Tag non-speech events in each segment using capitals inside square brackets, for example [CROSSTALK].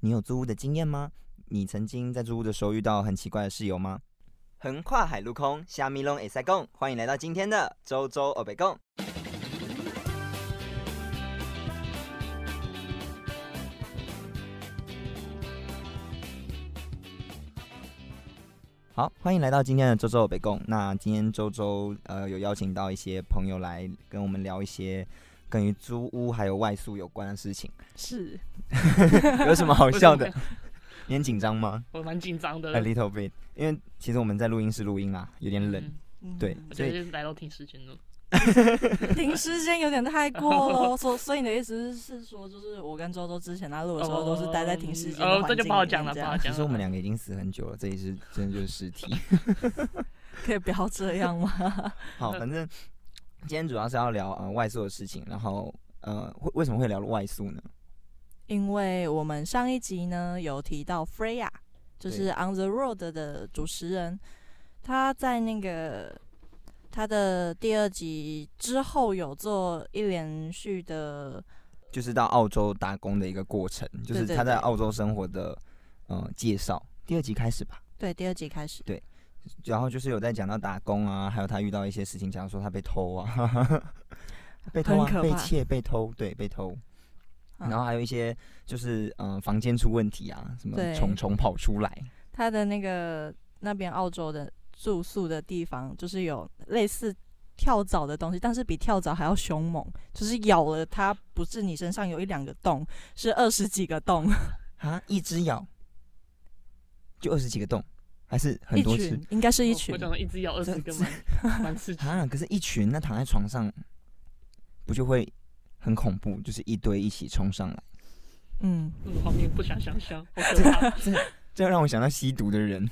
你有租屋的经验吗？你曾经在租屋的时候遇到很奇怪的室友吗？横跨海陆空，虾米龙也塞共，欢迎来到今天的周周欧北共。好，欢迎来到今天的周周欧北共。那今天周周呃有邀请到一些朋友来跟我们聊一些关于租屋还有外宿有关的事情，是， [LAUGHS] 有什么好笑的为什？你很紧张吗？我蛮紧张呃的。 A little bit，因为其实我们在录音室录音啦，有点冷。嗯，对我所觉以得就是来到停时间了。停时间有点太过 [LAUGHS] 了，所所以你的意思是说，就是我跟周周之前在录的时候都是待在停时间的，哦这环就境不好里讲面了，这不好样，讲其了。实我们两个已经死很久了，这也是真的就是尸 [LAUGHS] 体。可以不要这样 [LAUGHS] 吗？好，反正今天主要是要聊呃外宿的事情，然后呃会为什么会聊外宿呢？因为我们上一集呢有提到 Freya，就是《On the Road》的主持人，他在那个他的第二集之后有做一连续的，就是到澳洲打工的一个过程，就是对对他在对澳洲生活的呃介绍。第二集开始吧，对，第二集开始，然后就是有在讲到打工啊，还有他遇到一些事情，假如说他被偷啊， [LAUGHS] 被偷很可啊，怕被窃、被偷，对，被偷。嗯然后还有一些就是嗯、呃房间出问题啊，什么对虫虫跑出来，他的那个呃那边澳洲的住宿的地方，就是有类似跳蚤的东西，但是比跳蚤还要凶猛，就是咬了它，不是你身上有一两个洞，是二十几个洞，啊，一只咬就二十几个洞，还是 [LAUGHS] 很一多只群应该是一我群哦我，讲了一只咬二十这个， [LAUGHS] 蛮蛮刺激。啊？可是，一群那躺在床上，不就会很恐怖？就是一堆一起冲上来，嗯，那种画面不想想象， [LAUGHS] 好可怕。啊这让我想到吸毒的人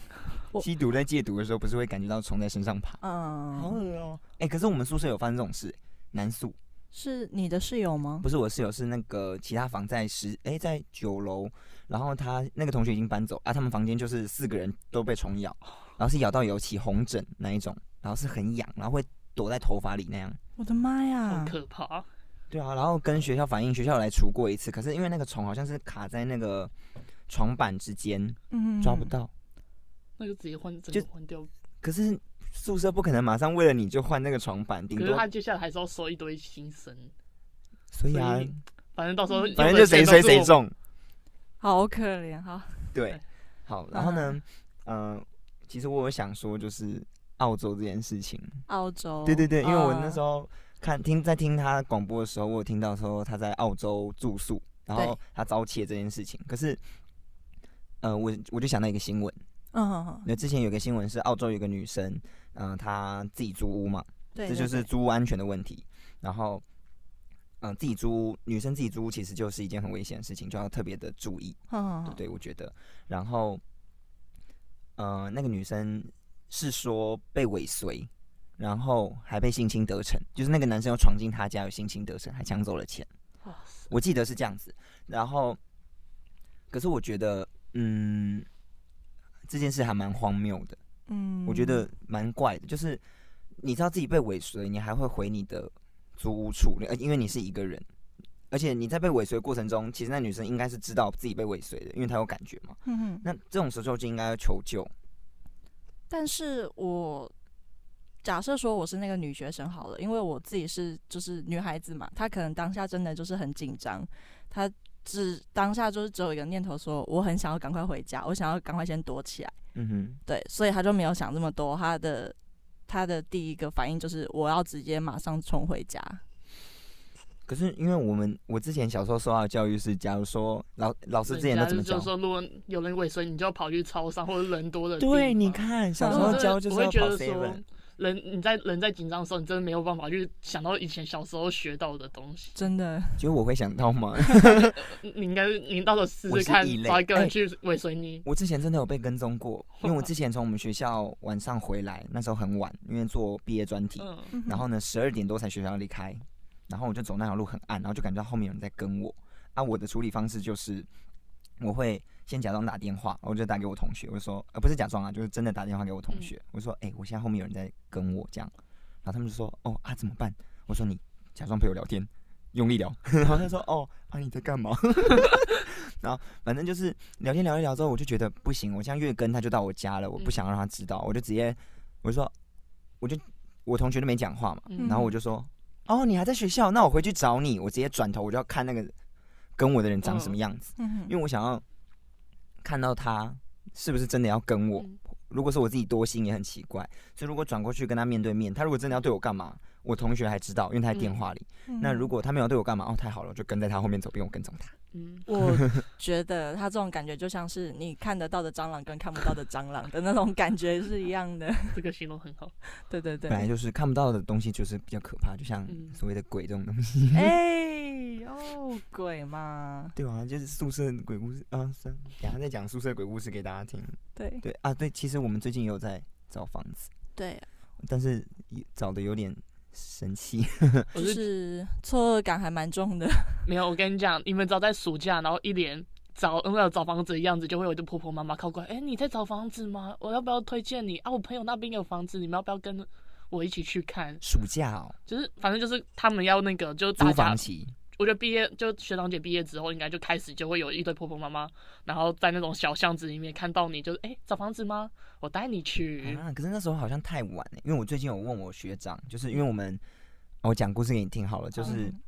我，吸毒在戒毒的时候，不是会感觉到虫在身上爬？好嗯，恶哦！哎，可是我们宿舍有发生这种事，男宿是你的室友吗？不是我室友，是那个其他房在十哎、在九楼，然后他那个同学已经搬走啊，他们房间就是四个人都被虫咬，哦然后是咬到有起红疹那一种，然后是很痒，然后会躲在头发里那样。我的妈好呀！可怕！对啊，然后跟学校反映，学校有来除过一次，可是因为那个虫好像是卡在那个床板之间，嗯，抓不。到。那就直接换，整就个换掉。可是宿舍不可能马上为了你就换那个床板，顶可是多他接下来还是要收一堆新生，所以啊所，以反正到时候嗯反正就谁谁谁。中。好可怜哈，对对，好，然后呢，嗯、其实我有想说就是澳洲这件事情，澳洲。对对对，因为我那时候，候看听在听他广播的时候，我有听到说他在澳洲住宿，然后对他遭窃这件事情，可是。呃，我我就想到一个新闻，嗯嗯，嗯那之前有个新闻是澳洲有个女生，嗯、她自己租屋嘛，对，这对就是对租屋安全的问题。然后，嗯、自己租屋，女生自己租屋其实就是一件很危险的事情，就要特别的注意。嗯，嗯嗯对，我觉得。然后，呃，那个女生是说被尾随，然后还被性侵得逞，就是那个男生又闯进她家，有性侵得逞，还抢走了钱。哇塞我记得是这样子。然后，可是我觉得，嗯，这件事还蛮荒谬的。嗯，我觉得蛮怪的，就是你知道自己被尾随，你还会回你的租屋处，呃，因为你是一个人，而且你在被尾随的过程中，其实那女生应该是知道自己被尾随的，因为她有感觉嘛。嗯，嗯那这种时候就应该要求救，但是我假设说我是那个女学生好了，因为我自己是就是女孩子嘛，她可能当下真的就是很紧张，她只当下就是只有一个念头说，我很想要赶快回家，我想要赶快先躲起来，嗯哼，对，所以她就没有想这么多，她的她的第一个反应就是我要直接马上冲回家，可是因为我们我之前小时候受到的教育是，假如说老老师之前都怎人家么就教是？说，如果有人尾随，你就要跑去超商或者人多的地方。对，你看小时候然后真的教就是嗯我要会觉跑得 seven，说，人你在人在紧张的时候，你真的没有办法去想到以前小时候学到的东西。真的，觉得我会想到吗？你你应该你到时候试我试是看异，类找一个人哎去尾随你。 [LAUGHS] 我之前真的有被跟踪过，因为我之前从我们学校晚上回来，那时候很晚，因为做毕业专题，嗯， [LAUGHS] 然后呢，十二点多才学校离开，然后我就走那条路很暗，然后就感觉到后面有人在跟我。啊，我的处理方式就是，我会先假装打电话，我就打给我同学，我就说，呃，不是假装啊，就是真的打电话给我嗯同学，我说，哎、我现在后面有人在跟我这样，然后他们就说，哦啊，怎么办？我 [LAUGHS] 说你假装陪我聊天，用力聊，然后他说，哦啊你在干嘛？ [LAUGHS] 然后反正就是聊天聊一聊之后，我就觉得不行，我像月更他就到我家了，我不嗯想让他知道，我就直接我就说，我就我同学都没讲话嘛，嗯然后我就说，哦，你还在学校，那我回去找你，我直接转头我就要看那个跟我的人长什么样子，嗯因为我想要看到他是不是真的要跟我。嗯如果是我自己多心也很奇怪，所以如果转过去跟他面对面，他如果真的要对我干嘛，我同学还知道，因为他在电嗯话里。嗯那如果他没有对我干嘛，哦，太好了，我就跟在他后面走，不用跟踪他。嗯， [LAUGHS] 我觉得他这种感觉就像是你看得到的蟑螂跟看不到的蟑螂的那种感觉是一样的。 [LAUGHS] 嗯这个形容很好。对对对本，来就是看不到的东西，就是比较可怕，就像嗯所谓的鬼这种东西。 [LAUGHS] 哎、哦，鬼嘛，对啊，就是宿舍的鬼故事啊，算了等一下再讲宿舍鬼故事给大家听。对对啊，对，其实我们最近也有在找房子，对，但是也找的有点神奇。 [LAUGHS] 我就是是错愕感还蛮重的。没有，我跟你讲，你们只要在暑假，然后一脸找那个找房子的样子，就会有一对婆婆妈妈靠过来，哎、你在找房子吗？我要不要推荐你啊？我朋友那边有房子，你们要不要跟我一起去看？暑假哦，就是反正就是他们要那个，就租大家房，期，我觉得毕业就学长姐毕业之后，应该就开始就会有一堆婆婆妈妈，然后在那种小巷子里面看到你，就是哎、找房子吗？我带你去。啊，可是那时候好像太晚了，因为我最近有问我学长，就是因为我们，哦我讲故事给你听好了，就是嗯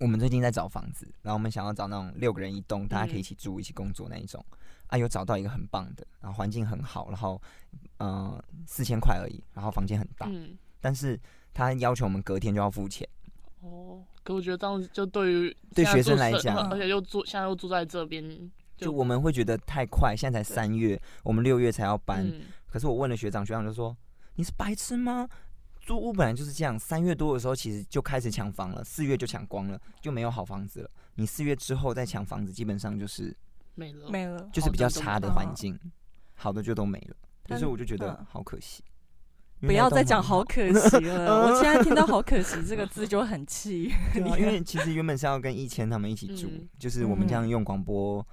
我们最近在找房子，然后我们想要找那种六个人一栋，大家可以嗯一起住、一起工作那一种，啊，有找到一个很棒的，然后环境很好，然后嗯四千块而已，然后房间很大，嗯，但是他要求我们隔天就要付钱，哦，可我觉得这样子就对于对现学在生住来社讲而且又住现在又住在这边，就我们会觉得太快，现在才对三月，我们六月才要搬，嗯可是我问了学长，学长就说：“你是白痴吗？租屋本来就是这样，三月多的时候其实就开始抢房了，四月就抢光了，就没有好房子了。你四月之后再抢房子，基本上就是没了，没了，就是比较好的都差的没环了境，好的就都没了。所但以我就觉得嗯好可惜。因不为那要栋再讲很好可惜 [LAUGHS] 了，我现在听到“好可惜”这个字就很气。对啊因为其实原本是要跟一谦他们一起住，嗯就是我们这样嗯用广播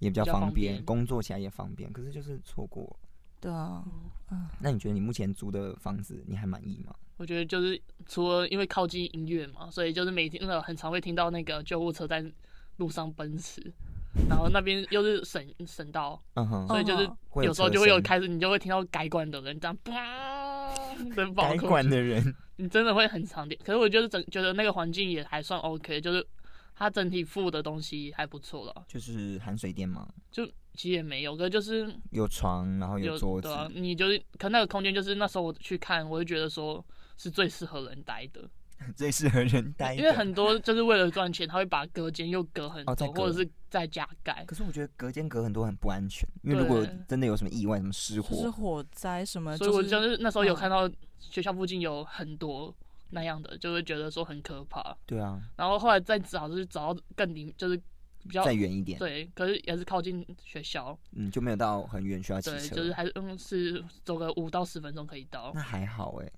也比较比较方方便，便工作起来也方便。可是就是错过了。 [LAUGHS] 对啊，嗯那你觉得你目前租的房子你还满意吗？我觉得就是除了因为靠近音乐嘛，所以就是每天呃很常会听到那个救护车在路上奔驰，然后那边又是省省道，嗯哼，所以就是哦会有时候车就会有声开始你就会听到改管的人这样啪的跑该过管去，的人。你真的会很常听。可是我就是整觉得那个环境也还算 OK，就是它整体附的东西还不错了，就是含水店嘛，其实也没有，可是就是有床，然后有桌子对，啊，你就是可那个空间就是那时候我去看，我就觉得说是最适合人待的。最适合人待的。因为很多就是为了赚钱，他会把隔间又隔很哦再多，隔或者是再加盖。可是我觉得隔间隔很多很不安全，因为如果对真的有什么意外，什么失就是火，火灾什么，所以我就就是是那时候有嗯看到学校附近有很多那样的，就会觉得说很可怕。对啊，然后后来再找就是找到更离，就是比较再远一点，对，可是也是靠近学校，嗯，就没有到很远需要骑对，车，就是还是嗯是走个五到十分钟可以到那。还好哎，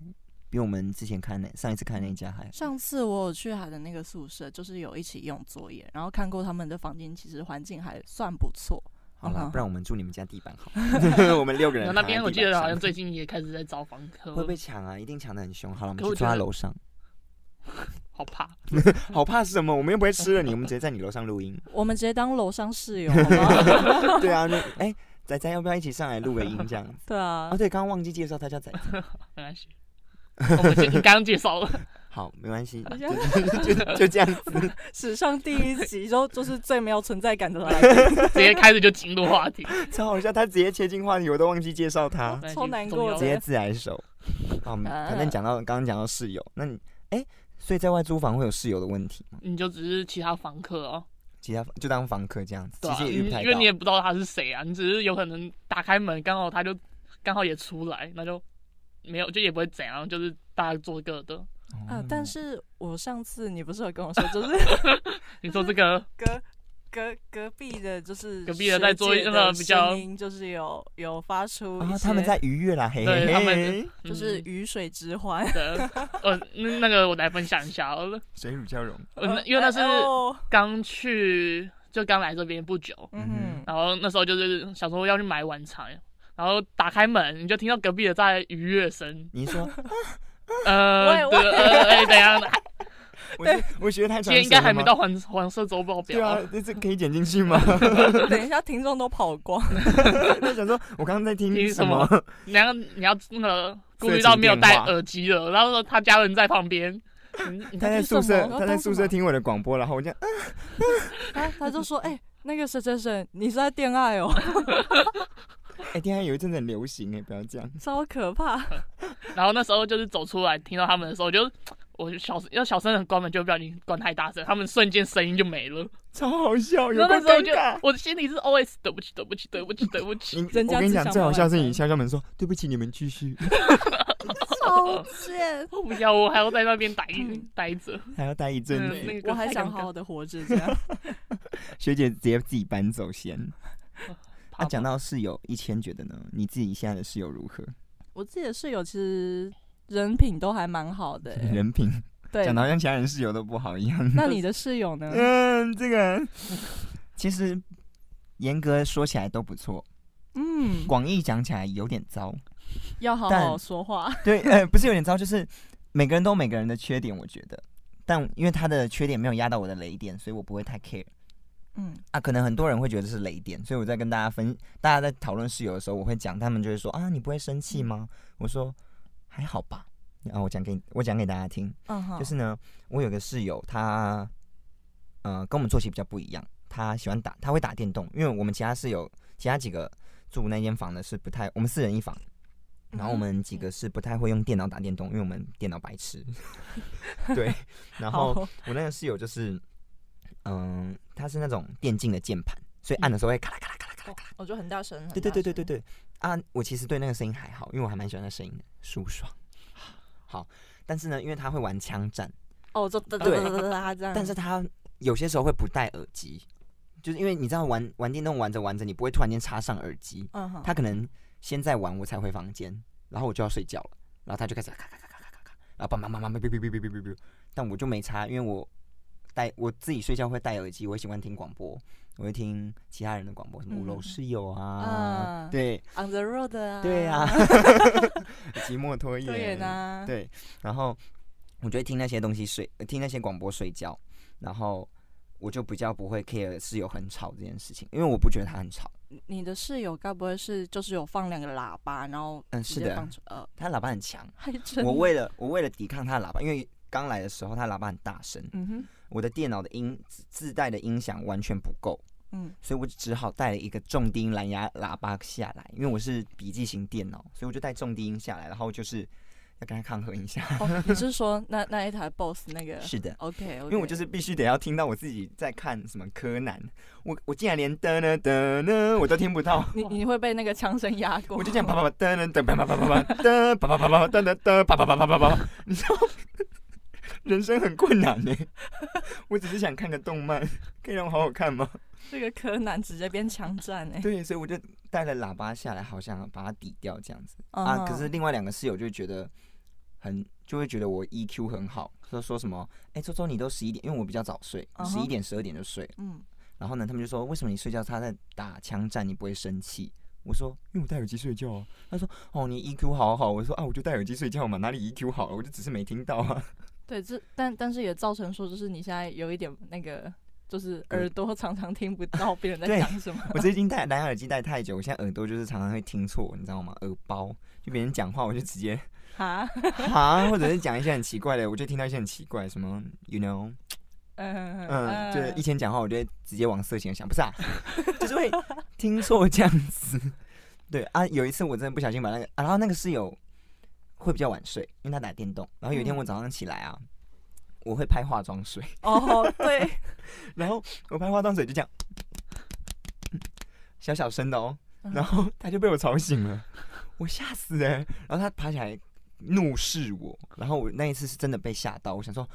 比我们之前看那上一次看那家嗯还上次我有去他的那个宿舍，就是有一起用作业，然后看过他们的房间，其实环境还算不错。好啦，嗯不然我们住你们家地板 [LAUGHS] 好，我们六个然人躺在地板上。后那边我记 [LAUGHS] 得好像最近也开始在找房客，会被抢啊，一定抢的很凶。好了，我们可我去住觉他得楼上，好怕。好怕什么？我们又不会吃了你，我们直接在你楼上录 [LAUGHS] 音。我们直接当楼上室友，好不 [LAUGHS] 好？对啊，那哎，仔仔要不要一起上来录个音这样 [LAUGHS] 子？对啊啊，，对，刚刚忘记介绍，他叫仔仔。没关系，哦我们先你刚刚介 [LAUGHS] 绍了，好，没关系，我就觉得 [LAUGHS] 就就就这样子。 [LAUGHS] 史上第一集就就是最没有存在感的来宾，直接开始就进入话题。超好笑，他直接切进话题，我都忘记介绍他，没关系超难重过要直的接自来熟。 [LAUGHS] 啊，反正讲到刚刚讲到室友，那你哎、所以在外租房会有室友的问题吗？你就只是其他房客哦，其他就当房客这样子，对其啊，实也遇不嗯太因为到你。也不知道他是谁啊，你只是有可能打开门，刚好他就刚好也出来，那就没有，就也不会怎样，就是大家做各的。啊哦！嗯但是我上次你不是有跟我说， [LAUGHS] 就是你说这个 [LAUGHS] 隔隔隔壁的，就是隔壁的在做学姐那个的比较声音就是有有发出一啊，些他们在愉悦啦，嘿嘿对他们嘿，就是嗯鱼水之欢， [LAUGHS] 的，呃，那那个我来分享一下好了，水乳交融。我呃那因为那是 [LAUGHS] 哦刚去，就刚来这边不久，嗯哼，然后那时候就是想说要去买晚餐。然后打开门，你就听到隔壁 [LAUGHS] 的在愉悦声，你说呃，喂喂 [LAUGHS] 对呃，哎，怎样？我觉得我学得太今长，天应该还没到。黄黄色周报对表、啊，这这可以剪进去 [LAUGHS] 吗？ [LAUGHS] 等一下听众都跑光。就想说，我刚刚在听听什什么么？你要你要那个顾虑色到情没有电戴话耳机了，然后说他家人在旁边，嗯 [LAUGHS] 你他在听宿什么舍，我他要在当宿什舍么听我的广播，然后我就，嗯他他就说：“哎、那个谁谁谁，你是在恋爱哦， [LAUGHS] 哎，天啊，有一阵子很流行哎，不要这样。超可怕。哦然后那时候就是走出来听到他们的时候，我就我就小要小声的关门，就不小心关太大声，他们瞬间声音就没了。超好笑，有然够后那时候尴我就尬。我的心里是 always 对不起，对不起，对不起，对不 [LAUGHS] 起。你人我家跟你只讲，想最好买笑是单你笑笑们说对不起，你们继 [LAUGHS] 续，”哦超贱。我不要，我还要在那边待嗯待着。还要待一阵嗯，子。那个我还太想尴好尬好 [LAUGHS] 的活着，这样学姐直接自己搬走先。怕啊，讲吧到室友一千，觉得呢？你自己现在的室友如何？我自己的室友其实人品都还蛮好的、欸。 [LAUGHS] 人品，对讲，到像其他人室友都不好一样。那你的室友呢？嗯，这个其实严格说起来都不错，嗯，广义讲起来有点 [LAUGHS] 糟。要好但好说话。对，呃，不是有点糟，就是每个人都有每个人的缺点，我觉得。但因为他的缺点没有压到我的雷点，所以我不会太 care。嗯，啊，可能很多人会觉得是雷点，所以我在跟大家分，大家在讨论室友的时候，我会讲，他们就会说啊，你不会生嗯气吗？我说还好吧。然、后我讲给你我讲给大家听，嗯哼，就是呢，我有个室友，他呃跟我们作息比较不一样，他喜欢打，他会打电动，因为我们其他室友其他几个住那间房的是不太，我们四人一房，嗯然后我们几个是不太会用电脑打电动，因为我们电脑白痴。 [LAUGHS] [LAUGHS] 对，然后好我那个室友就是，嗯，他是那种电竞的键盘，所以按的时候会咔啦咔啦咔啦咔啦咔啦。哦我就很大声。对对对对对对，啊，我其实对那个声音还好，因为我还蛮喜欢那声音的，舒爽。好，但是呢，因为他会玩枪战，哦，就哒哒对哒哒哒这样。但是他有些时候会不戴耳机，就是因为你知道玩玩电动玩着玩着，你不会突然间插上耳机，嗯哼，他可能先在玩，我才回房间，然后我就要睡觉了，然后他就开始咔咔咔咔咔咔咔，然后叭叭叭叭叭哔哔哔哔哔哔哔，但我就没插，因为我戴我自己睡觉会戴耳机，我喜欢听广播，我会听其他人的广播，什么嗯五楼嗯室友啊，对 on the road 啊，对啊，寂寞拖延，对呢，对，然后我就会听那些东西睡，呃听那些广播睡觉，然后我就比较不会 care 室友很吵这件事情，因为我不觉得他很吵。你的室友该不会是就是有放两个喇叭，然后嗯直是接的放出呃， [LAUGHS] 他喇叭很强，还真我为了我为了抵抗他的喇叭，因为刚来的时候他喇叭很大声，嗯哼我的电脑的音自自带的音响完全不够， [LAUGHS] 嗯所以我只好带了一个重低音蓝牙喇叭下来，因为我是笔记型电脑，所以我就带重低音下来，然后就是要跟他抗衡一下。哦，你是说那那一台 BOSS 那 [LAUGHS] 个是的。 OK，因因为我就是必须得要听到我自己在看什么柯南，我我竟然连噔噔噔噔我都听不到，你你会被那个枪声压过，我就这样啪啪啪噔噔噔啪啪啪啪啪噔啪啪啪啪噔噔噔啪啪啪啪啪啪，你知道，人生很困难呢。我只是想看个动漫，可以让我好好看吗？ [LAUGHS] 这个柯南直接变枪战哎、对，所以我就带了喇叭下来，好像把它抵掉这样子嗯啊。可是另外两个室友就觉得很，就会觉得我 EQ 很好，说说什么，哎，周周你都十一点，因为我比较早睡，十一点十二点就睡。嗯，然后呢，他们就说为什么你睡觉他在打枪战，你不会生气？我说因为我戴耳机睡觉啊。他说哦，你 EQ 好好。我说啊，我就戴耳机睡觉嘛，哪里 EQ 好了？我就只是没听到啊。 [LAUGHS] 对，这但但是也造成说就是你现在有一点那个。就是耳朵常常听不到别人在对讲什么，我最近戴蓝牙耳机戴太久，我现在耳朵就是常常会听错，你知道吗？耳包就别人讲话，我就直接 [LAUGHS] 哈，哈，或者是讲一些很奇怪的，我就听到一些很奇怪什么，you know，嗯嗯，就是以前讲话，我就会直接往色情的想，不是啊， [LAUGHS] 就是会听错这样子。 [LAUGHS] 对啊，有一次我真的不小心把那个，啊、然后那个室友会比较晚睡，因为他打电动。然后有一天我早上起来啊，我会拍化妆水，哦，对， [LAUGHS] 然后我拍化妆水就这样，小小声的哦，[LAUGHS] 嗯然后他就被我吵醒了，我吓死哎、然后他爬起来怒视我，然后我那一次是真的被吓到，我想说，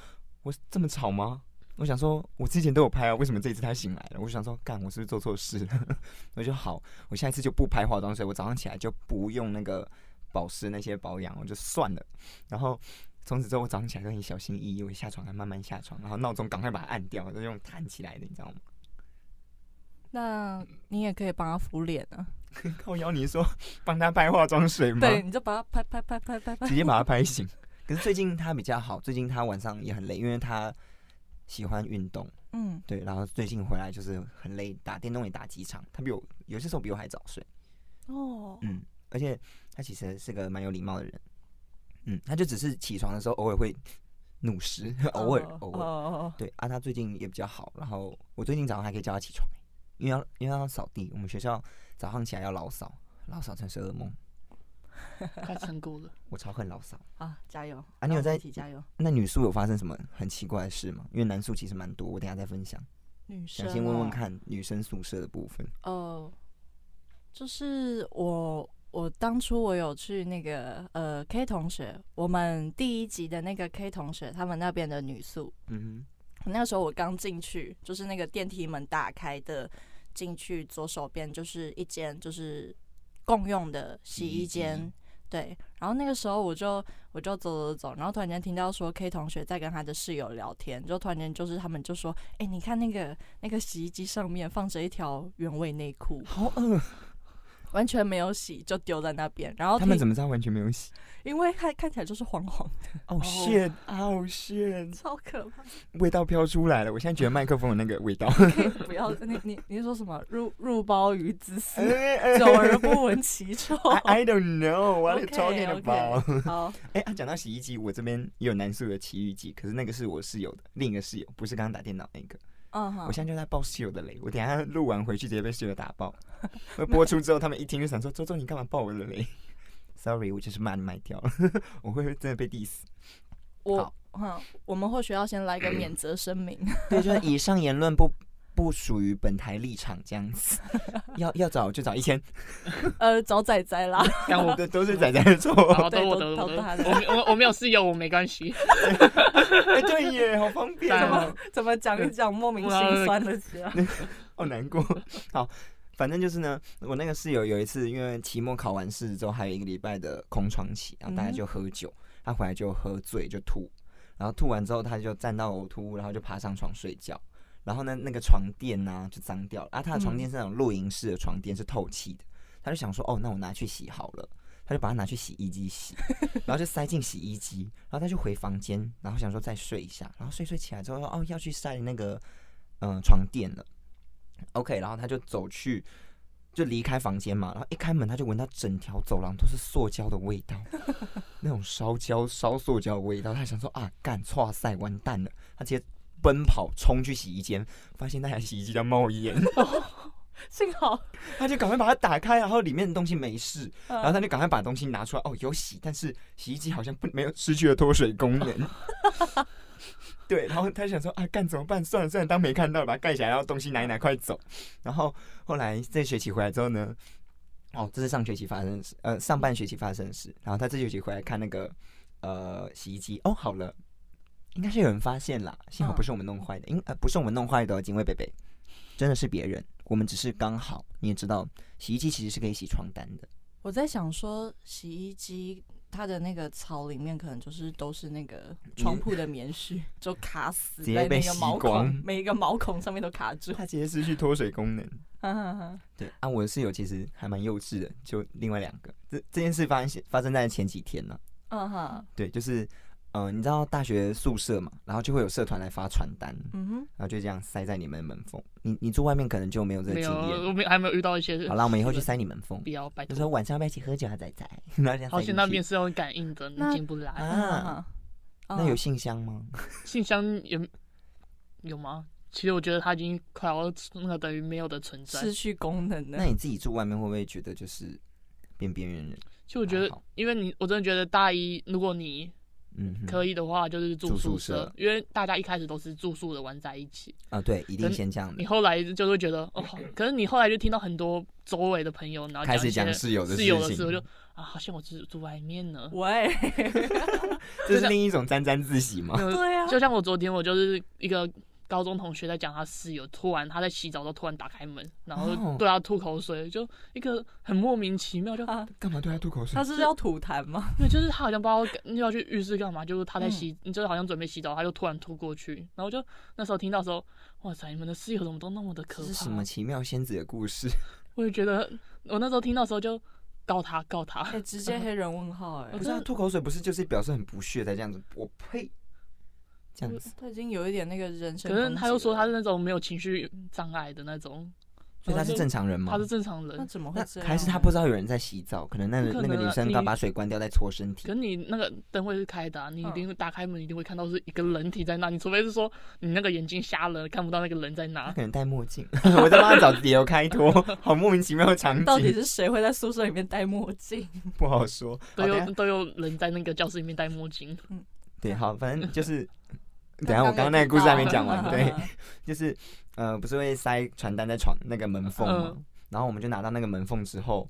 我这么吵吗？我想说，我之前都有拍啊，为什么这一次他醒来了？我想说，干，我是不是做错事了？ [LAUGHS] 我就好，我下一次就不拍化妆水，我早上起来就不用那个保湿那些保养，我就算了。然后从此之后，我早上起来都很小心翼翼，我下床还慢慢下床，然后闹钟赶快把它按掉，就用弹起来的，你知道吗？那你也可以帮他敷脸啊， [LAUGHS] 靠腰，你是说帮他拍化妆水吗？对，你就把它拍拍拍拍拍拍， [LAUGHS] 直接把他拍醒。可是最近他比较好，最近他晚上也很累，因为他喜欢运动，嗯，对，然后最近回来就是很累，打电动也打几场，他比我有些时候比我还早睡，哦，嗯，而且他其实是个蛮有礼貌的人，嗯，他就只是起床的时候偶尔会怒视， [LAUGHS] 偶尔哦偶哦尔，哦，对啊，他最近也比较好，然后我最近早上还可以叫他起床、因为要因为要扫地，我们学校早上起来要老扫，老扫真是噩梦，快成功了。我超恨老扫。哦啊，加油啊你有让我们在一起加油，那女宿有发生什么很奇怪的事吗？因为男宿其实蛮多，我等一下再分享。女生想先问问哦看女生宿舍的部分。呃，就是我我当初我有去那个呃 K 同学，我们第一集的那个 K 同学他们那边的女宿，嗯那个时候我刚进去，就是那个电梯门打开的进去，左手边就是一间就是共用的洗衣洗衣间机，对。然后那个时候我就我就走走走，然后突然间听到说 K 同学在跟他的室友聊天，就突然间就是他们就说，哎、你看那个那个洗衣机上面放着一条原味内裤，好饿。完全没有洗就丢在那边，然后他们听怎么知道完全没有洗？因为看看起来就是黄黄的，哦，shit，哦，shit，超可怕。味道飘出来了。我现在觉得麦克风有那个 [LAUGHS] 味道。可以不要你你你说什么入入包鱼 [LAUGHS] 之丝？ [LAUGHS] 久久而不闻其臭。哎 I, [LAUGHS] I don't know [LAUGHS] what you're talking OK，OK about。 [LAUGHS] 好，哎、啊，讲到洗衣机，我这边也有男宿的奇遇记，可是那个是我室友的另一个室友，不是刚刚打电脑那个。嗯我哼，现在就在爆室友的雷，我等一下录完回去直接被室友打爆。我播出之后，他们一听就想说：“周周，你干嘛爆我的雷？”Sorry，我就是骂你卖掉了， [LAUGHS] 我会真的被 diss。我好嗯哼，我们或许要先来个免责声明。对，就是以上言论不不属于本台立场，这样子。要要找就找一千，呃，找仔仔啦，但我都都是仔仔的错。好的，对我都的，我都的，大的我没我我没有室友，我没 [LAUGHS] 关系。哎，对耶，好方便当然哦了，怎么讲一讲，莫嗯名心酸啊了起来。好难过。 [LAUGHS] 好，反正就是呢，我那个室友有一次，因为期末考完试之后还有一个礼拜的空窗期，然后大家嗯哼就喝酒，他回来就喝醉就吐，然后吐完之后他就站到呕吐物，然后就爬上床睡觉。然后呢，那个床垫呢、就脏掉了，啊，他的床垫是那种露营式的床垫，是透气的。他就想说，哦，那我拿去洗好了，他就把它拿去洗衣机洗，然后就塞进洗衣机，然后他就回房间，然后想说再睡一下，然后睡睡起来之后说，哦，要去晒那个嗯、呃床垫了，OK，然后他就走去。就离开房间嘛，然后一开门他就闻到整条走廊都是塑胶的味道，那种烧焦、烧塑胶的味道。他想说啊，干，哇塞，完蛋了！他直接奔跑冲去洗衣间，发现那台洗衣机在冒烟， [LAUGHS] 幸好， [LAUGHS] 他就赶快把它打开，然后里面的东西没事，然后呃他就赶快把东西拿出来，哦，有洗，但是洗衣机好像不没有失去了脱水功能。对，然后他想说啊，干怎么办？算了算了，当没看到，把它盖起来，然后东西拿一拿，快走。然后后来这学期回来之后呢，哦，这是上学期发生的事，呃，上半学期发生的事。然后他这学期回来看那个呃洗衣机，哦，好了，应该是有人发现啦，幸好不是我们弄坏的，因呃不是我们弄坏的哦、警卫北北，真的是别人，我们只是刚好，你也知道，洗衣机其实是可以洗床单的。我在想说，洗衣机它的那个槽里面可能就是都是那个床铺的棉絮，就卡死嗯直接在被那个吸毛孔光，每一个毛孔上面都卡住。它直接失去脱水功能。哈哈哈对啊，我的室友其实还蛮幼稚的，就另外两个。这这件事发生发生在前几天呢、嗯哼，对，就是呃，你知道大学宿舍嘛，然后就会有社团来发传单，嗯哼，然后就这样塞在你们的门缝。你你住外面可能就没有这个没经有，验。我没还没有遇到一些。好啦，我们以后去塞你门缝不，要，拜就说托。晚上要不要一起喝酒啊，仔仔？ [LAUGHS] 然后这样好塞进险去那边是用感应的，你那进不来。啊，啊，那有信箱吗？信箱有有吗？其实我觉得它已经快要那个等于没有的存在。失去功能那的，你自己住外面会不会觉得就是变边缘人？就我觉还得好，因为你我真的觉得大一如果你嗯哼，可以的话，就是住住宿宿舍舍，因为大家一开始都是住宿的玩在一起，啊，对，一定跟先这样的你。后来就会觉得哦，好可是你后来就听到很多周围的朋友，然后开始讲讲一些室友的室友的事事，情我就啊，好像我住住外面呢。喂，这 [LAUGHS] 就是像另一种沾沾自喜吗？就对啊，呃就像我昨天，我就是一个高中同学在讲他室友，突然他在洗澡的时候突然打开门，然哦后对他吐口水，就一个很莫名其妙，就啊，干嘛 [LAUGHS] 对他吐口水他？是要吐痰吗？对，就是他好像不知道干要去浴室干嘛，就是他在洗，嗯就是好像准备洗澡，他就突然吐过去，然后就那时候听到的时候，哇塞，你们的室友怎么都那么的可这是什怕么？奇妙仙子的故事？我就觉得我那时候听到的时候就告他告他， [LAUGHS] 哎、直接黑人问号哎、我 [LAUGHS] 不是他真的吐口水，不是就是表示很不屑才这样子？我呸，这样子。他已经有一点那个人身攻可击了。是他又说他是那种没有情绪障碍的那种，所以他就是正常人吗他？是正常那人。怎么会那这样？还是他不知道有人在洗澡，可能那不个可那能个女啊生你刚把水关掉在搓身可体。是你那个灯会是开的、啊，你一嗯定打开门，一定会看到是一个人体在那。你除非是说你那个眼睛瞎了，看不到那个人在他哪。可能戴墨镜， [LAUGHS] 我在帮他找理由开脱， [LAUGHS] 好莫名其妙的场到底景，是谁会在宿舍里面戴墨镜？不好说。都好等一下有都有人在那个教室里面戴墨镜，对，好，反正就是， [LAUGHS] 等一下我刚刚那个故事还没讲 [LAUGHS] 完，对，嗯就是呃，不是会塞传单在床那个门缝嗯吗？然后我们就拿到那个门缝之后，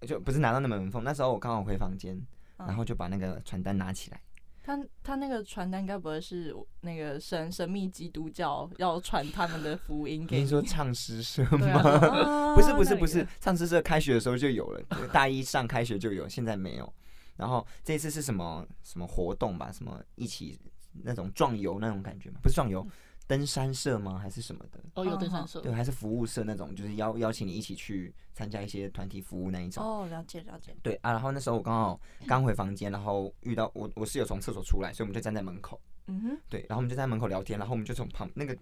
就不是拿到那个门缝，那时候我刚好回房间，嗯然后就把那个传单拿起来，他他那个传单该不会是那个神神秘基督教要传他们的福音给你你？说唱诗社对啊吗？啊 [LAUGHS] 不是不是那不是个，唱诗社开学的时候就有了，大一上开学就有，现在没有。然后这次是什么什么活动吧？什么一起那种壮游那种感觉吗？不是壮嗯游，登山社吗？还是什么的？哦，有登山社。对，还是服务社那种，就是邀邀请你一起去参加一些团体服务那一种。哦，了解了解，对啊，然后那时候我刚好刚回房间，然后遇到我我室友从厕所出来，所以我们就站在门口，嗯哼，对，然后我们就在门口聊天，然后我们就从旁那个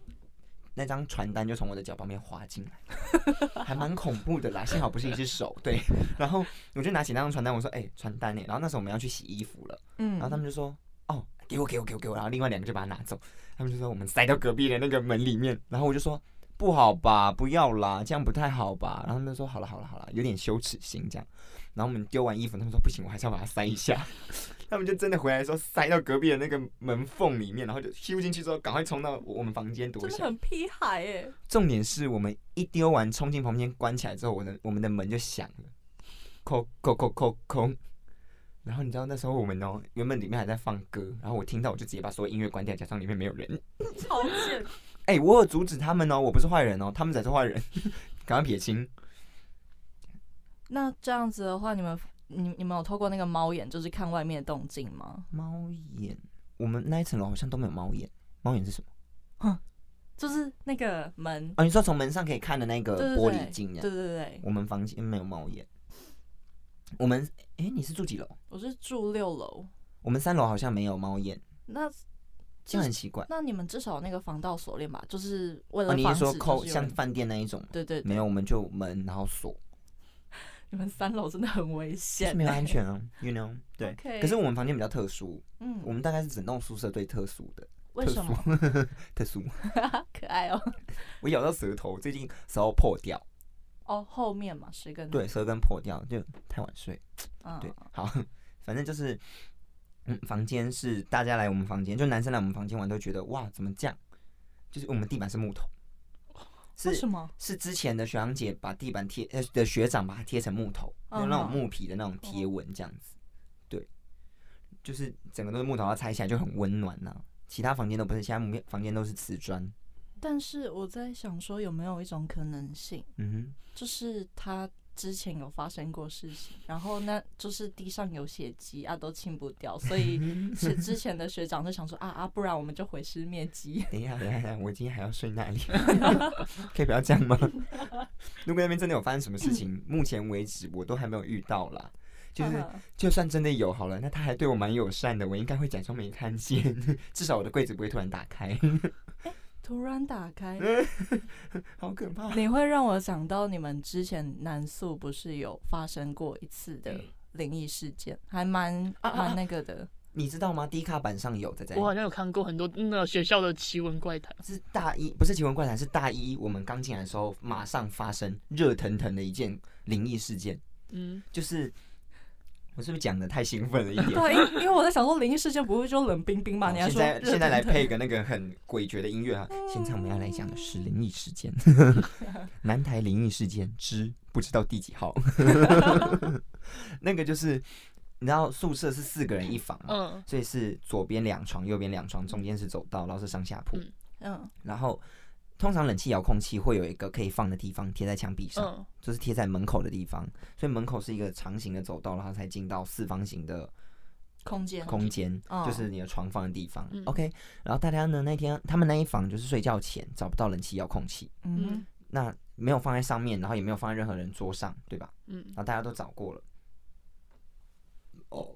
那张传单就从我的脚旁边滑进来，还蛮恐怖的啦，幸好不是一只手，对，然后我就拿起那张传单，我说哎、传单呢？然后那时候我们要去洗衣服了，嗯，然后他们就说哦给我给我给我给我，然后另外两个就把它拿走，他们就说我们塞到隔壁的那个门里面，然后我就说。不好吧，不要啦，这样不太好吧。然后他们就说好了好了好了，有点羞耻心这样。然后我们丢完衣服，他们说不行，我还是要把它塞一下。 [LAUGHS] 他们就真的回来的时候塞到隔壁的那个门缝里面，然后就咻进去之后，赶快冲到我们房间躲真起的来。很屁孩哎，重点是我们一丢完冲进房间关起来之后，我的我们的门就响了，扣扣扣扣扣。然后你知道那时候我们哦，原本里面还在放歌，然后我听到我就直接把所有音乐关掉，假装里面没有人。超贱，哎、我有阻止他们哦，我不是坏人哦，他们才是坏人， [LAUGHS] 赶快撇清。那这样子的话，你们你你们有透过那个猫眼，就是看外面的动静吗？猫眼，我们那一层楼好像都没有猫眼，猫眼是什么？就是那个门，哦，你说从门上可以看的那对个对玻对璃镜对呀？对对，我们房间没有猫眼。我们哎、你是住几楼？我是住六楼，我们三楼好像没有猫眼，那这样很奇怪。那你们至少有那个防盗锁链吧，就是为了哦，你防是止说扣就是有像人饭店那一种吗？对对，对没有，我们就门然后锁，你们三楼真的很危就是险，没有安全 [LAUGHS] 啊，you know？对。 [LAUGHS] OK 可是我们房间比较特殊，我嗯，们大概是整栋宿舍最特殊的，为特什殊么？特殊。 [LAUGHS] [LAUGHS] 可爱哦，我咬到舌头，最近舌头破掉，哦，后面嘛，十根，对，舌根破掉，就太晚睡。嗯，对，好， [LAUGHS] 反正就是，嗯，房间是大家来我们房间，就男生来我们房间玩都觉得哇，怎么这样？就是我们地板是木头，为是什么？是之前的学长姐把地板贴呃的学长把它贴成木头，嗯用那种哼木皮的那种贴纹这样子，对，就是整个都是木头，它拆起来就很温暖呐、其他房间都不是，其他木房间都是瓷砖，但是我在想说，有没有一种可能性，嗯哼，就是他之前有发生过事情，然后那就是地上有血迹啊，都清不掉，[LAUGHS] 所以是之前的学长就想说啊啊，不然我们就毁尸灭迹。等一下，等一下，等一下，我今天还要睡那里，可以不要这样吗？如果那边真的有发生什么事情，目前为止我都还没有遇到啦。 [LAUGHS] 嗯就是，就算真的有好了，那他还对我蛮友善的，我应该会假装没看见，至少我的柜子不会突然打开， [LAUGHS] 突然打 [LAUGHS] 开，好可怕。你会让我想到你们之前南宿不是有发生过一次的灵异事件，还蛮嗯啊啊啊蛮那个的。你知道吗？低卡版上有在在我，好像有看过很多那学校的奇闻怪谈，是大一，不是奇闻怪谈，是大一我们刚进来的时候，马上发生热腾腾的一件灵异事件，嗯，就是我是不是讲的太兴奋了一点？ [LAUGHS] 对，因因为我在想说灵异事件不会就冷冰冰嘛？你还哦现说在热现在来腾腾配一个那个很诡谲的音乐啊！现在我们要来讲的是灵异事 [LAUGHS] 件，南台灵异事件之不知道第几 [LAUGHS] 号，那个就是你知道宿舍是四个人一房嘛，嗯，所以是左边两床，右边两床，中间是走道，然后是上下铺，嗯嗯然后。通常冷气遥控器会有一个可以放的地方贴在墙壁上，嗯，就是贴在门口的地方，所以门口是一个长形的走道，然后才进到四方形的空间空间，哦就是你的床放的地方。嗯 OK，然后大家呢那天他们那一房就是睡觉前找不到冷气遥控器，嗯嗯那没有放在上面，然后也没有放在任何人桌上，对吧？嗯然后大家都找过了，哦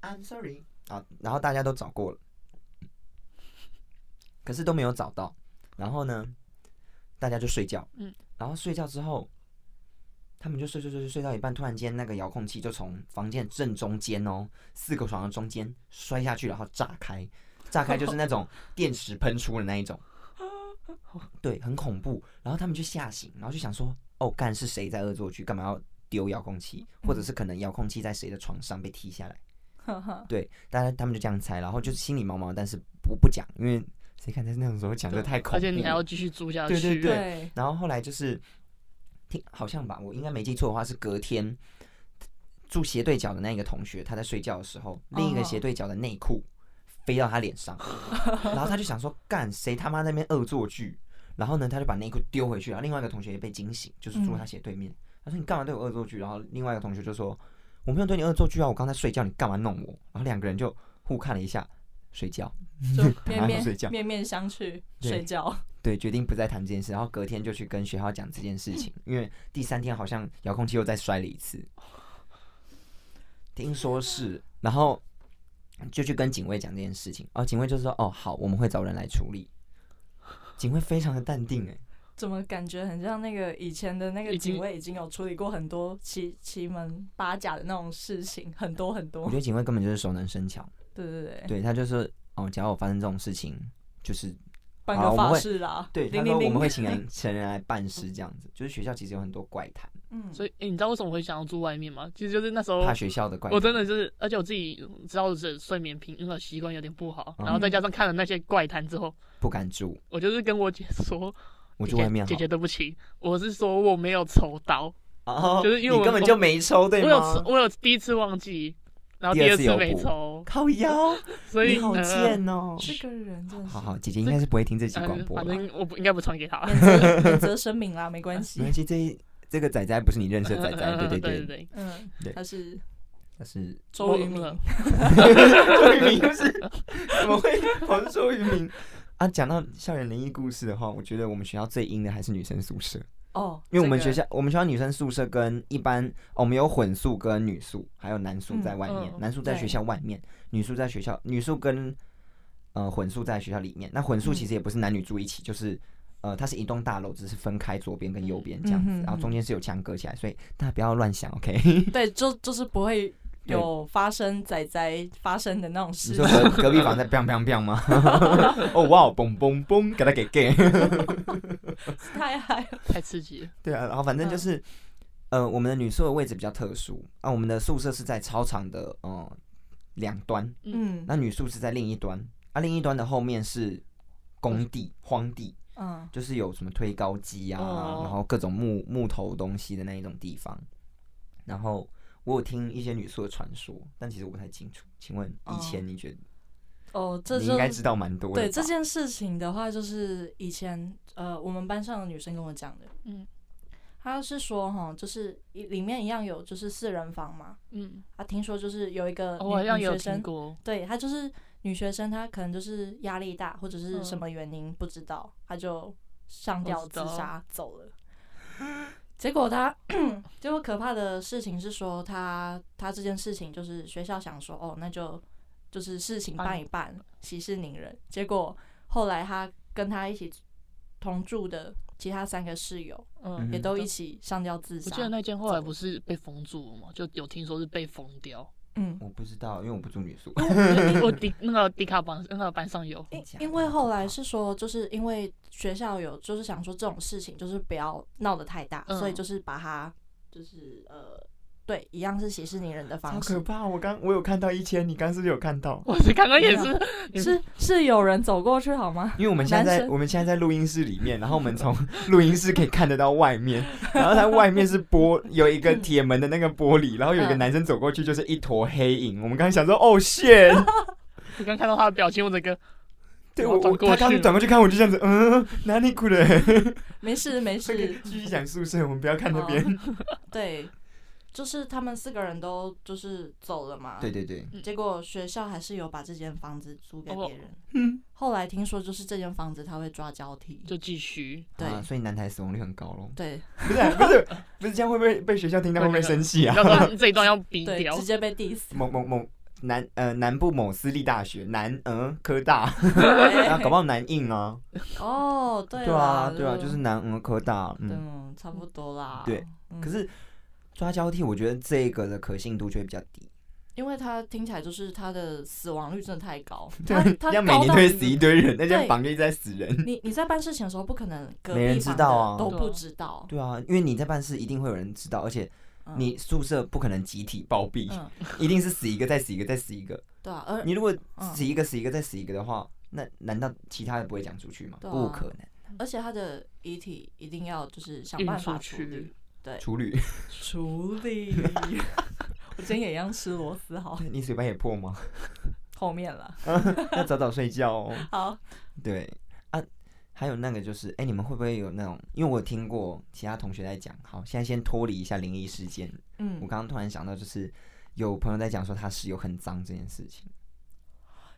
，I'm sorry。好，然后大家都找过了，可是都没有找到。然后呢，大家就睡觉。嗯。然后睡觉之后，他们就睡睡睡睡睡到一半，突然间那个遥控器就从房间正中间哦，四个床的中间摔下去，然后炸开。炸开就是那种电池喷出的那一种。对，很恐怖。然后他们就吓醒，然后就想说：“哦，干是谁在恶作剧？干嘛要丢遥控器？或者是可能遥控器在谁的床上被踢下来？”呵呵，对，大家他们就这样猜，然后就是心里毛毛，但是不不讲，因为谁敢在那种时候讲，这太恐怖。而且你还要继续租下去。对对对对，然后后来就是听，好像吧，我应该没记错的话是隔天，住斜对角的那一个同学，他在睡觉的时候，另一个哦斜对角的内裤飞到他脸上，然后他就想说，干谁他妈在那边恶作剧？然后呢，他就把内裤丢回去，然后另外一个同学也被惊醒，就是住他嗯斜对面，他说你干嘛对我恶作剧？然后另外一个同学就说我没有对你恶作剧啊，我刚才睡觉，你干嘛弄我？然后两个人就互看了一下，睡觉。就 [LAUGHS] 面躺睡觉面面面相觑，对睡觉。对，决定不再谈这件事，然后隔天就去跟学校讲这件事情，因为第三天好像遥控器又再摔了一 [LAUGHS] 次，听说是，然后就去跟警卫讲这件事情，哦，警卫就说，哦，好，我们会找人来处理。警卫非常的淡定，哎，怎么感觉很像那个以前的那个已经警卫已经有处理过很多奇奇门八甲的那种事情，很多很我多觉。得警卫根本就是熟能生巧，对对对，对他就是，哦，假如我发生这种事情，就是办好个我们法会事啦。对他说零零我零们会请人请人来办事，这样子，就是学校其实有很多怪谈，嗯，所以以、诶你知道为什么我会想要住外面吗？其实就是那时哦候怕学校的怪谈，我真的就是，而且我自己知道是睡眠平衡的习惯有点不好，嗯然后再加上看了那些怪谈之后，不敢住，我就是跟我姐说，我姐住姐外面好姐了姐对不起，我是说我没有抽到，哦，就是因为你我根本就没抽，对我有抽吗？我有第一次忘记，然后第第二二次次有没补抽，靠腰，所以你好呃贱哦！这个人真的是好好，姐姐应该是不会听这期呃广播反了，正我不应该不传 [LAUGHS] 给她。免责免责声明啦，没关啊没系关。系，这一这个仔仔不是你认识的仔仔，对对对呃对对，对，嗯对，他是他是 [LAUGHS] 周渝民，我周渝 [LAUGHS] 民，就是怎么会跑是周渝民？啊，讲到校园灵异故事的话，我觉得我们学校最阴的还是女生宿舍，哦，因为我们这学个校我们学校女生宿舍跟一般哦我们有混宿跟女宿，还有男宿在外面，嗯嗯男宿在学哦对校外面，女宿在学校，女宿跟呃混宿在学校里面。那混嗯宿其实也不是男女住一起，就是呃它是一栋大楼，只是分开左边跟右边这样子，嗯哼然后中嗯间是有墙隔起来，所以大家不要乱想，OK？ [LAUGHS] 对，就就是不会对有发生仔仔发生的那种你事说。隔隔壁房在 biang biang biang 吗？ [LAUGHS] 哦哇，嘣嘣嘣，给他给 gay。 [LAUGHS] 太嗨了， [LAUGHS] 太刺激了，对啊，然后反嗯正就是，呃，我们的女宿的位置比较特殊啊，我们的宿舍是在操场的嗯两端，嗯 [LAUGHS] 那女宿是在另一端，啊，另一端的后面是工地、荒地，嗯，就是有什么推高机啊，哦然后各种木木头东西的那一种地方。然后我有听一些女宿的传说，但其实我不太清楚。请问哦以前你觉得、哦，这你应就该知道蛮多的吧？对这件事情的话，就是以前呃，我们班上的女生跟我讲的，嗯她是说哈，就是一里面一样有就是四人房嘛，嗯，啊，听说就是有一呃个哦我好女像女有学听生，过，对她就是女学生，她可能就是压力大或者是嗯什么原因不知道，她就上吊我知自道杀走 [LAUGHS] 了。结果她 [CLEARS THROAT] 结果可怕的事情是说她她这件事情就是学校想说哦，那就就是事情办一办，息事宁人。结果后来她跟她一起同住的其他三个室友嗯嗯，也都一起上吊自我杀记。得那间后来不是被封住了吗？就有听说是被封掉。 [LAUGHS] 嗯，我不知道，因为我不住女宿。我迪那个迪卡班那个班上有，因假的因为好可后怕来是说，就是因为学校有就是想说这种事情就是不要闹得太大，嗯所以就是把它就是呃，对，一样是息事宁人的好方可式。怕！我刚我有看到一千，你刚是不是有看到？我是刚刚也是你是是有人走过去好吗？因为我们现在在男生我们现在在录音室里面，然后我们从 [LAUGHS] 录音室可以看得到外面，然后它外面是玻有一个铁门的那个玻璃，然后有一个嗯男生走过去就是一坨黑影。我们刚刚想说，哦 shit，我刚看到他的表情，我整个对然我后我转过他去刚转过去看我就这样子，嗯，哪里哭了？没事没 OK，事，哦继续讲宿舍，我们不要看那边。 [LAUGHS] 对，就是他们四个人都就是走了嘛，对对对，结果学校还是有把这间房子租给哦别人。嗯，后来听说就是这间房子他会抓交替，就 [LAUGHS] 继续。对啊，所以男台死亡率很高喽。对不是啊不是不是，这样会不会被学校听到会不会生气啊要？不然这一段要逼对，掉直，接被 diss。某某某南呃南部某私立大学南嗯科 [LAUGHS] 大，然后搞对不好南印啊，哦，对对啊啦对啊，就是南嗯科大，嗯，嗯，差不多啦。对嗯，可是抓交替，我觉得这个的可信度就会比较低，因为他听起来就是他的死亡率真的太高， [LAUGHS] 对 [LAUGHS] 他啊，他这样每高年到都会你死一堆人，那间对房就一直在死 [LAUGHS] 人，你你在办事情的时候，不可能隔没人壁知房道的啊都对不啊知道。对啊，因为你在办事一定会有人知道，而且嗯你宿舍不可能集体暴毙，嗯，一定是死一个再死一个再死一个，对啊，而你如果嗯死一个死一个再死一个的话，那难道其他的不会讲出去吗？对啊不可能，而且他的遗体一定要就是想运办出法处去理。。处女，处理。 [LAUGHS] 我今天也一样吃螺丝，好， [LAUGHS] 你嘴巴也破吗？ [LAUGHS] 后面了。要早早睡觉哦。好，对啊，还有那个就是，哎、你们会不会有那种？因为我有听过其他同学在讲，好，现在先脱离一下灵异事件。我嗯，刚刚突然想到，就是有朋友在讲说他室友很脏这件事情。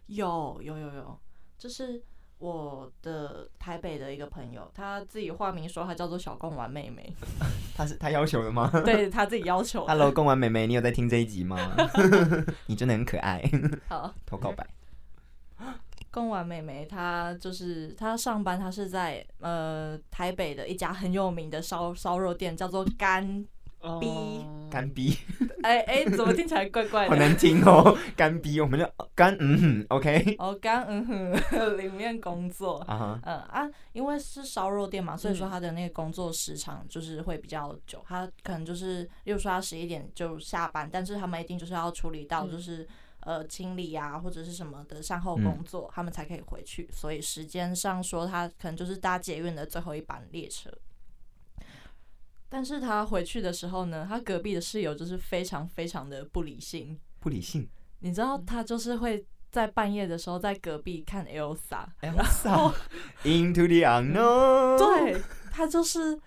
有有有有，就是我的台北的一个朋友，他自己化名说他叫做小贡丸妹 [LAUGHS] 妹，他是他要求的吗对他自己要求的。 ？Hello，贡丸妹妹，你有在听这一集吗？ [LAUGHS] 你真的很可爱，好，投告白。贡丸妹妹她就是她上班，她是在呃台北的一家很有名的烧烧肉店，叫做干。哦逼干逼，哎哎，怎么听起来怪怪好的？难听哦，干逼，我们就干嗯哼，OK 哦，干嗯哼， [LAUGHS] 里面工作。 [LAUGHS] 啊哈，嗯啊，因为是烧肉店嘛，所以说他的那个工作时长就是会比较久，他可能就是，例如说他十一点就下班，但是他们一定就是要处理到嗯就是、呃清理啊或者是什么的善后工作，他们才可以回去，所以时间上说他可能就是搭捷运的最后一班列车。但是他回去的时候呢，他隔壁的室友就是非常非常的不理性，不理性，你知道他就是会在半夜的时候在隔壁看 Elsa，哎，我操，Into the [LAUGHS] unknown，，对他就是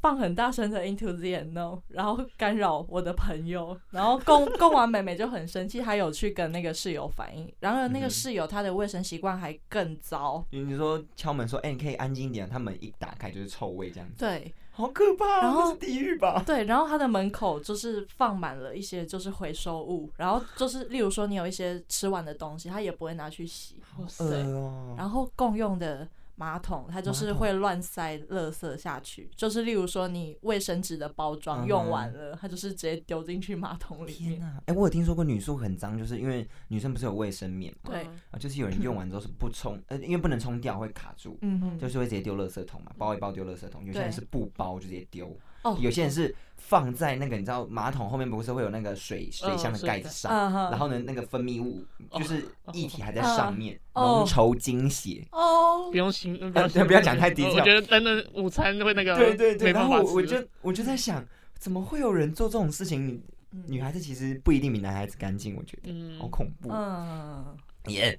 放很大声的 Into the Unknown，然后干扰我的朋友，然后贡贡完美美就很生气，她有去跟那个室友反映，然而那嗯个哼室友他的卫生习惯还更糟，你说敲门说，哎、你可以安静一点，他门一打开就是臭味这样子，对好可怕、然这后是地狱吧？对，然后他的门口就是放满了一些就是回收物，然后就是例如说你有一些吃完的东西，他也不会拿去洗，哇呃塞，哦，然后共用的马桶，它就是会乱塞垃圾下去，就是例如说你卫生纸的包装用完了，它就是直接丢进去马桶里嗯天面。哪、哎、我有听说过女宿很脏，就是因为女生不是有卫生棉嘛，对，啊，就是有人用完之后是不冲，呃，因为不能冲掉会卡住，嗯哼，就是会直接丢垃圾桶嘛，包一包丢垃圾桶。有些人对是不包就直接丢，哦有些人是放在那个你知道马桶后面不是会有那个水水箱的水盖子盖上，嗯哼，然后呢那个分泌物就是液体还在上面，浓哦稠精血。哦不，用心，不呃用心不要讲太低我调我觉得等等午餐会那个，对对对，没然办后法我我吃就我就在想，怎么会有人做这种事情？女嗯女孩子其实不一定比男孩子干净，我觉得嗯好恐怖嗯，耶！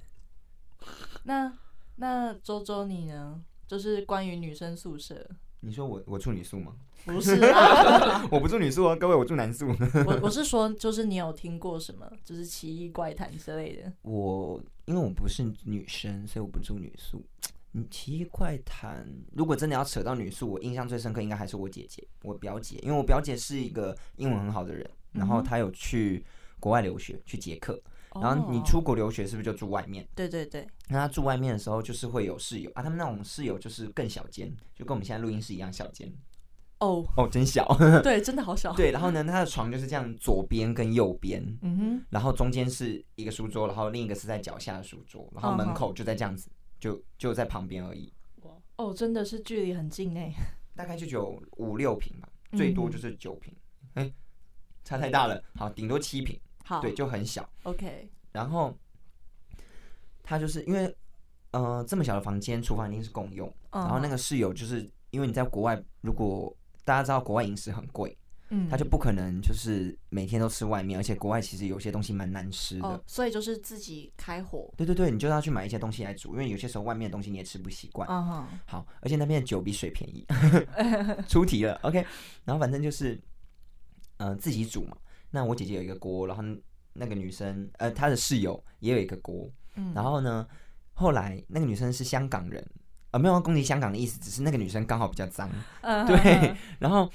那那周周你呢？就是关于女生宿舍，你说我我住女宿吗？不 [LAUGHS] 是啦，我不住女宿哦，各位，我住男宿。 [LAUGHS] 我我是说，就是你有听过什么，就是奇异怪谈之类的，我因为我不是女生，所以我不住女宿。嗯，奇异怪谈，如果真的要扯到女宿，我印象最深刻应该还是我姐姐，我表姐，因为我表姐是一个英文很好的人，然后嗯哼她有去国外留学，去捷克。 [LAUGHS] 然后你哦出，国留学是不是就住外面？对对对，那他住外面的时候，就是会有室友啊，他们那种室友就是更小间，就跟我们现在录音室一样小间 [LAUGHS] 哦，哦，真小。对，真的好小，对，然后呢，他的床就是这样，左边跟右边，嗯哼，然后中间是一个书桌，然后另一个是在脚下的书桌，然后门口就在这样子，就就在旁边而已，哇哦，真的是距离很近欸诶，大概就只有五六平吧，嗯最多就是九平，哎、差太大了，好，顶多七平，好，对，就很小。 OK，然后他就是因为呃这么小的房间，厨房一定是共用。嗯然后那个室友就是因为你在国外，如果大家知道国外饮食很贵，嗯，他就不可能就是每天都吃外面，而且国外其实有些东西蛮难吃的哦。，所以就是自己开火，对对对，你就要去买一些东西来煮，因为有些时候外面的东西你也吃不习惯。啊哈，好，而且那边的酒比水便宜。出题了，OK。然后反正就是，嗯、自己煮嘛。那我姐姐有一个锅，然后那个女生呃她的室友也有一个锅，嗯然后呢，后来那个女生是香港人，呃，没有要攻击香港的意思，只是那个女生刚好比较脏。嗯对哼 [LAUGHS] 哼 [LAUGHS] 然后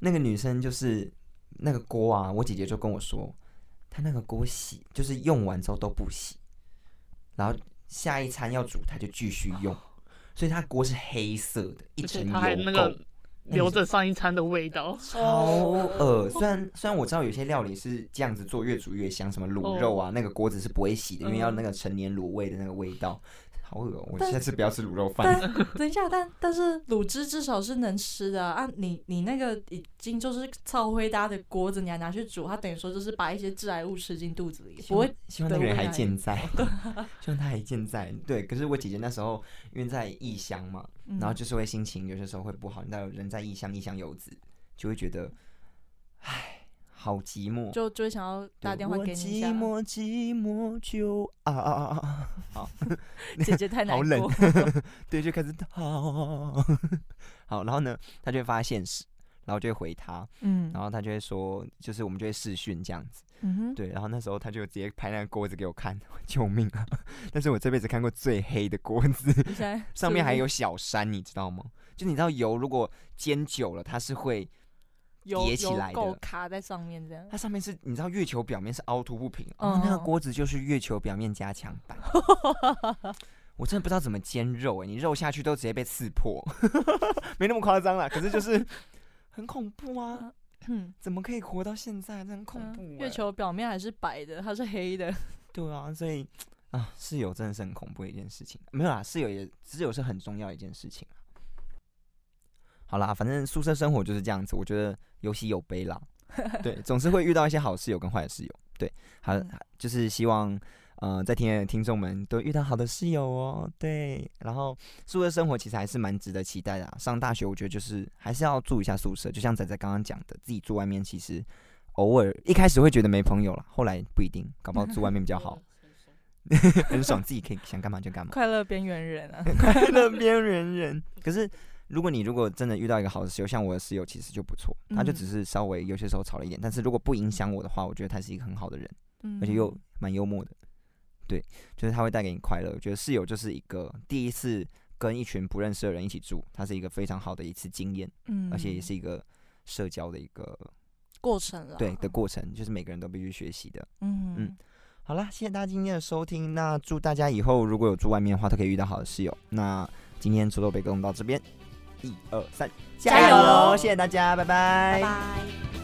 那个女生就是那个锅啊，我姐姐就跟我说，她那个锅洗就是用完之后都不洗，然后下一餐要煮她就继续 [LAUGHS] 用，所以她锅是黑色的，一而且层它还油那垢个。留着上一餐的味道。超哦恶，虽然虽然我知道有些料理是这样子做，越煮越香，什么卤肉哦啊，那个锅子是不会洗的，嗯因为要那个陈年卤味的那个味道，好恶、哦！我但下次不要吃卤肉饭。但等一下，但但是卤汁至少是能吃的啊！啊你你那个已经就是超灰搭的锅子，你还拿去煮，它等于说就是把一些致癌物吃进肚子里，希不望会希望那个人还 [LAUGHS] 健在，对 [LAUGHS] 希望他还健在。对，可是我姐姐那时候因为在异乡嘛，嗯然后就是会心情有些时候会不好，你知道人在异乡异乡游子，就会觉得，唉，好寂寞。就就会想要打对电话我给你一下寂。寞寂寞就啊啊啊啊啊！姐姐太 [LAUGHS] 难好过，冷 [LAUGHS] 对，就开始好， [LAUGHS] 好，然后呢，他就会发现实，然后就会回他，嗯然后他就会说，就是我们就会视讯这样子，嗯哼，对，然后那时候他就直接拍那个锅子给我看， [LAUGHS] 救命啊！但是我这辈子看过最黑的锅子，你现在上面还是有小山，你知道吗？就你知道油如果煎久了，它是会，不是叠起油来的油垢卡在上面这样。它上面是，你知道月球表面是凹凸不平，哦，那个嗯锅子就是月球表面加强 [LAUGHS] 版。我真的不知道怎么煎肉哎、你肉下去都直接被刺破， [LAUGHS] 没那么夸张啦，可是 [LAUGHS] 就是很恐怖啊！嗯怎么可以活到现在？真的很恐怖、欸月球表面还是白的，它是黑的。 [LAUGHS] 对啊，所以啊，室友真的是很恐怖的一件事情。啊没有啦，室友也室友是很重要的一件事情啊。好啦，反正宿舍生活就是这样子，我觉得有喜有悲 [LAUGHS] 啦。对，总是会遇到一些好室友跟坏室友。对，好，嗯就是希望呃，在听的听众们都遇到好的室友哦。对，然后宿舍生活其实还是蛮值得期待的、啊。上大学我觉得就是还是要住一下宿舍，就像仔仔刚刚讲的，自己住外面其实偶尔一开始会觉得没朋友了，后来不一定，搞不好住外面比较好，很爽，自己可以想干嘛就干 [LAUGHS] 嘛。快乐边缘人啊，快乐边缘人。可是，如果你如果真的遇到一个好的室友，像我的室友其实就不错，他就嗯只是稍微有些时候吵了一点，但是如果不影响我的话，我觉得他是一个很好的人，嗯而且又蛮幽默的。对，就是他会带给你快乐。我觉得室友就是一个第一次跟一群不认识的人一起住，它是一个非常好的一次经验，嗯而且也是一个社交的一个过程了。对的过程，就是每个人都必须学习的。嗯嗯好啦，谢谢大家今天的收听。那祝大家以后如果有住外面的话，都可以遇到好的室友。那今天周周被跟我们到这边，一二三，加油喽！谢谢大家，拜拜拜拜。